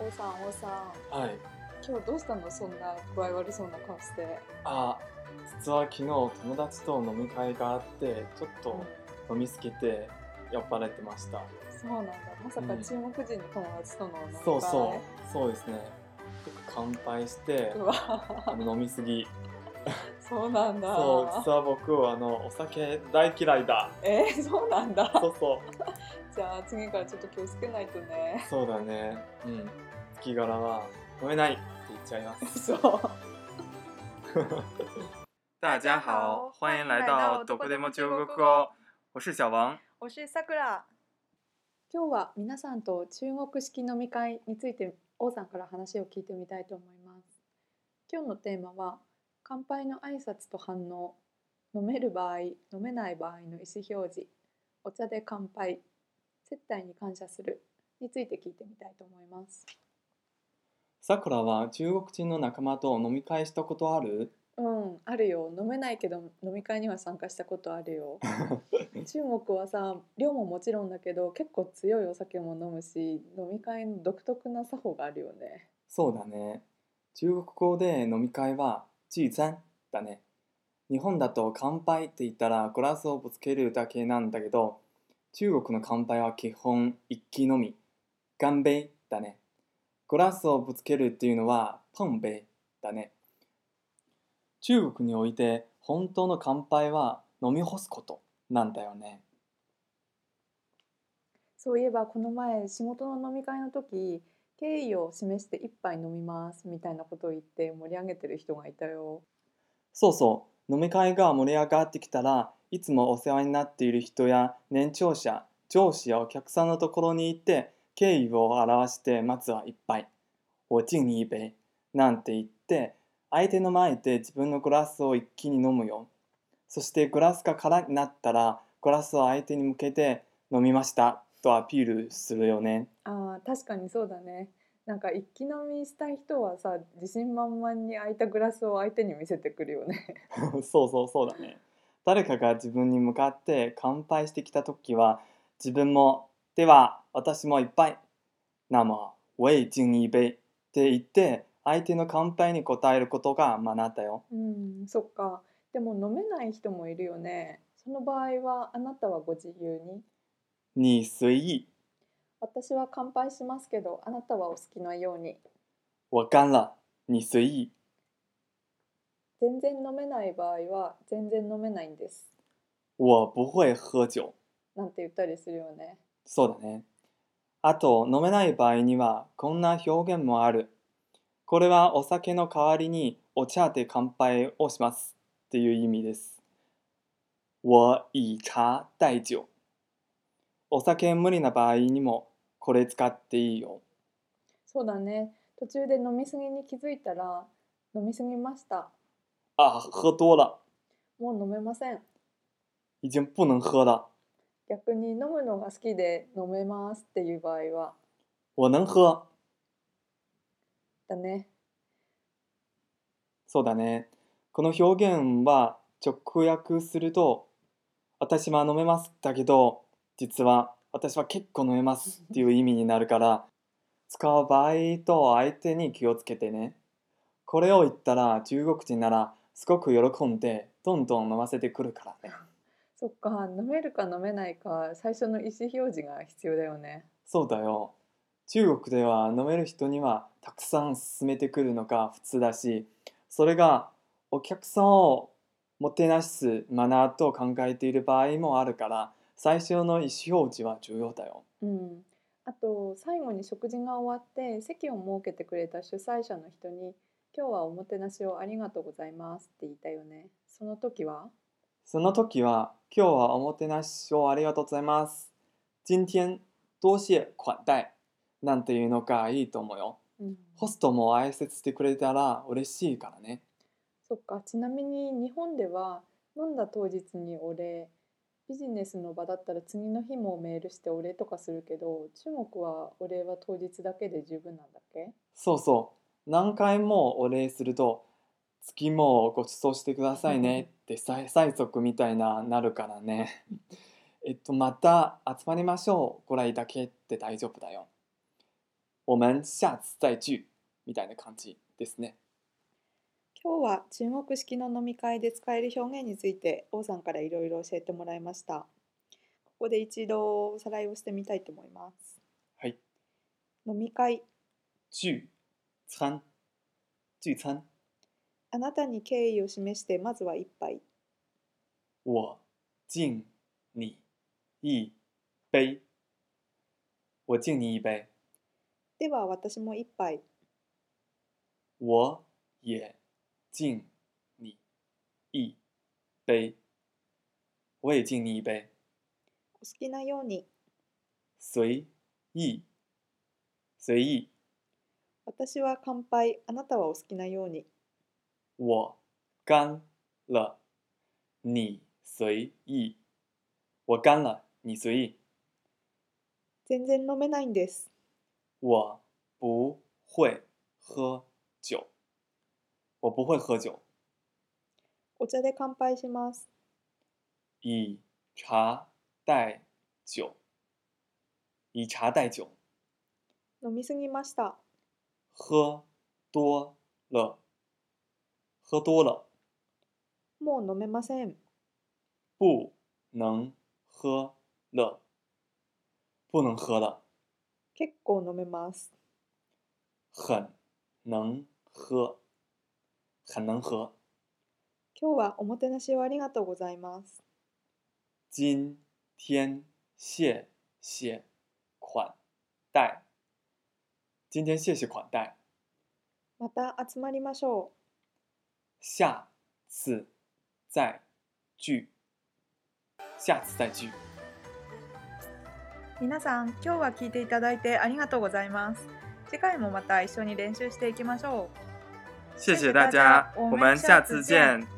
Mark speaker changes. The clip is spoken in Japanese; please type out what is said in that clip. Speaker 1: おさんおさん
Speaker 2: はい
Speaker 1: 今日どうしたのそんな具合悪そうな顔して
Speaker 2: あ実は昨日友達と飲み会があってちょっと飲みすぎて酔っ払ってました、
Speaker 1: そうなんだまさか中国人の友達との飲み会、
Speaker 2: そうそうそうですね乾杯して
Speaker 1: うわ
Speaker 2: あの飲みすぎ
Speaker 1: そうなんだ
Speaker 2: そう実は僕あのお酒大嫌いだ
Speaker 1: えー、そうなんだ
Speaker 2: そうそう
Speaker 1: じゃあ次からちょっと気をつけないとね
Speaker 2: そうだねうん月柄は飲めないって言っちゃいます
Speaker 1: そう
Speaker 2: 大
Speaker 3: 家好欢迎来到どこでも中国語
Speaker 2: 我是小王
Speaker 3: 我是さくら。
Speaker 1: 今日は皆さんと中国式飲み会について王さんから話を聞いてみたいと思います今日のテーマは乾杯の挨拶と反応飲める場合飲めない場合の意思表示お茶で乾杯接待に感謝するについて聞いてみたいと思います
Speaker 2: さくらは中国人の仲間と飲み会したことある
Speaker 1: うんあるよ飲めないけど飲み会には参加したことあるよ中国はさ量ももちろんだけど結構強いお酒も飲むし飲み会の独特な作法があるよね
Speaker 2: そうだね。中国語で飲み会は聚餐だね。日本だと乾杯って言ったらグラスをぶつけるだけなんだけど、中国の乾杯は基本一気のみ。乾杯だね。グラスをぶつけるっていうのは碰杯だね。中国において本当の乾杯は飲み干すことなんだよね。
Speaker 1: そういえばこの前仕事の飲み会の時敬意を示して一杯飲みますみたいなことを言って盛り上げてる人がいたよ。
Speaker 2: そうそう、飲み会が盛り上がってきたらいつもお世話になっている人や年長者、上司やお客さんのところに行って敬意を表してまずは一杯、おちに一杯なんて言って相手の前で自分のグラスを一気に飲むよ。そしてグラスが空になったらグラスを相手に向けて飲みましたとアピールするよね。
Speaker 1: あー確かにそうだね。なんか一気飲みしたい人はさ自信満々に空いたグラスを相手に見せてくるよね。
Speaker 2: そうそうそうだね。誰かが自分に向かって乾杯してきた時は自分も「では私も一杯」「那么我也敬你一杯」って言って相手の乾杯に応えることが学んだよ。
Speaker 1: うんそっかでも飲めない人もいるよね。その場合はあなたはご自由に
Speaker 2: 你随意，
Speaker 1: 私は乾杯しますけどあなたはお好きなように
Speaker 2: 我干了，你随意。
Speaker 1: 全然飲めない場合は全然飲めないんです
Speaker 2: 我不会喝酒。
Speaker 1: なんて言ったりするよね。
Speaker 2: そうだね。あと、飲めない場合には、こんな表現もある。これはお酒の代わりにお茶で乾杯をしますっていう意味です。我以茶代酒。お酒無理な場合にも、これ使っていいよ。
Speaker 1: そうだね途中で飲みすぎに気づいたら飲みすぎました
Speaker 2: あ、喝多了。
Speaker 1: もう飲めません
Speaker 2: 已经不能喝了。
Speaker 1: 逆に飲むのが好きで飲めますっていう場合は
Speaker 2: 我能喝。
Speaker 1: だね
Speaker 2: そうだね。この表現は直訳すると、私は飲めますだけど、実は私は結構飲めますっていう意味になるから、使う場合と相手に気をつけてね。これを言ったら中国人ならすごく喜んでどんどん飲ませてくるからね。
Speaker 1: そっか飲めるか飲めないか最初の意思表示が必要だよね
Speaker 2: そうだよ。中国では飲める人にはたくさん勧めてくるのが普通だし、それがお客さんをもてなすマナーと考えている場合もあるから、最初の意思表示は重要だよ。
Speaker 1: うんあと最後に食事が終わって席を設けてくれた主催者の人に「今日はおもてなしをありがとうございます」って言いたよねその時は
Speaker 2: その時は、今日はおもてなしをありがとうございます。今天、多谢款待。なんていうのがいいと思うよ。
Speaker 1: うん
Speaker 2: ホストも挨拶してくれたら嬉しいからね。
Speaker 1: そっか、ちなみに日本では飲んだ当日にお礼、ビジネスの場だったら次の日もメールしてお礼とかするけど、中国はお礼は当日だけで十分なんだっけ
Speaker 2: そうそう。何回もお礼すると、月もごちそうしてくださいねってさ催促みたいななるからね。えっと、また集まりましょうぐらいだけって大丈夫だよ。我们下次再聚みたいな感じですね。
Speaker 1: 今日は中国式の飲み会で使える表現について王さんからいろいろ教えてもらいましたここで一度おさらいをしてみたいと思います
Speaker 2: はい。
Speaker 1: 飲み会
Speaker 2: 聚餐聚餐
Speaker 1: あなたに敬意を示してまずは一杯
Speaker 2: 我敬你一杯。我敬你一杯。
Speaker 1: では私も一杯
Speaker 2: 我也敬你一杯。我也敬你一杯。
Speaker 1: お好きなように
Speaker 2: 随意随意。
Speaker 1: 私は乾杯あなたはお好きなように
Speaker 2: 我干了，你随意。我干了，你随意。
Speaker 1: 全然飲めないんです
Speaker 2: 我不会喝酒，我不会喝酒。
Speaker 1: お茶で乾杯します
Speaker 2: 以茶代酒，以茶代酒，
Speaker 1: 飲みすぎました
Speaker 2: 喝多了，喝多了
Speaker 1: もう飲めません
Speaker 2: 不能喝了，不能喝了，
Speaker 1: 結構飲めます
Speaker 2: 很能喝，很能喝。
Speaker 1: 今日はおもてなしをありがとうございます
Speaker 2: 今天谢谢款待。今天谢谢款待。
Speaker 1: また集まりましょ
Speaker 2: 下次再聚。下次再聚。
Speaker 1: う皆さん今日は聞いていただいてありがとうございます次回もまた一緒に練習していきましょう
Speaker 3: 谢谢大家我们下次见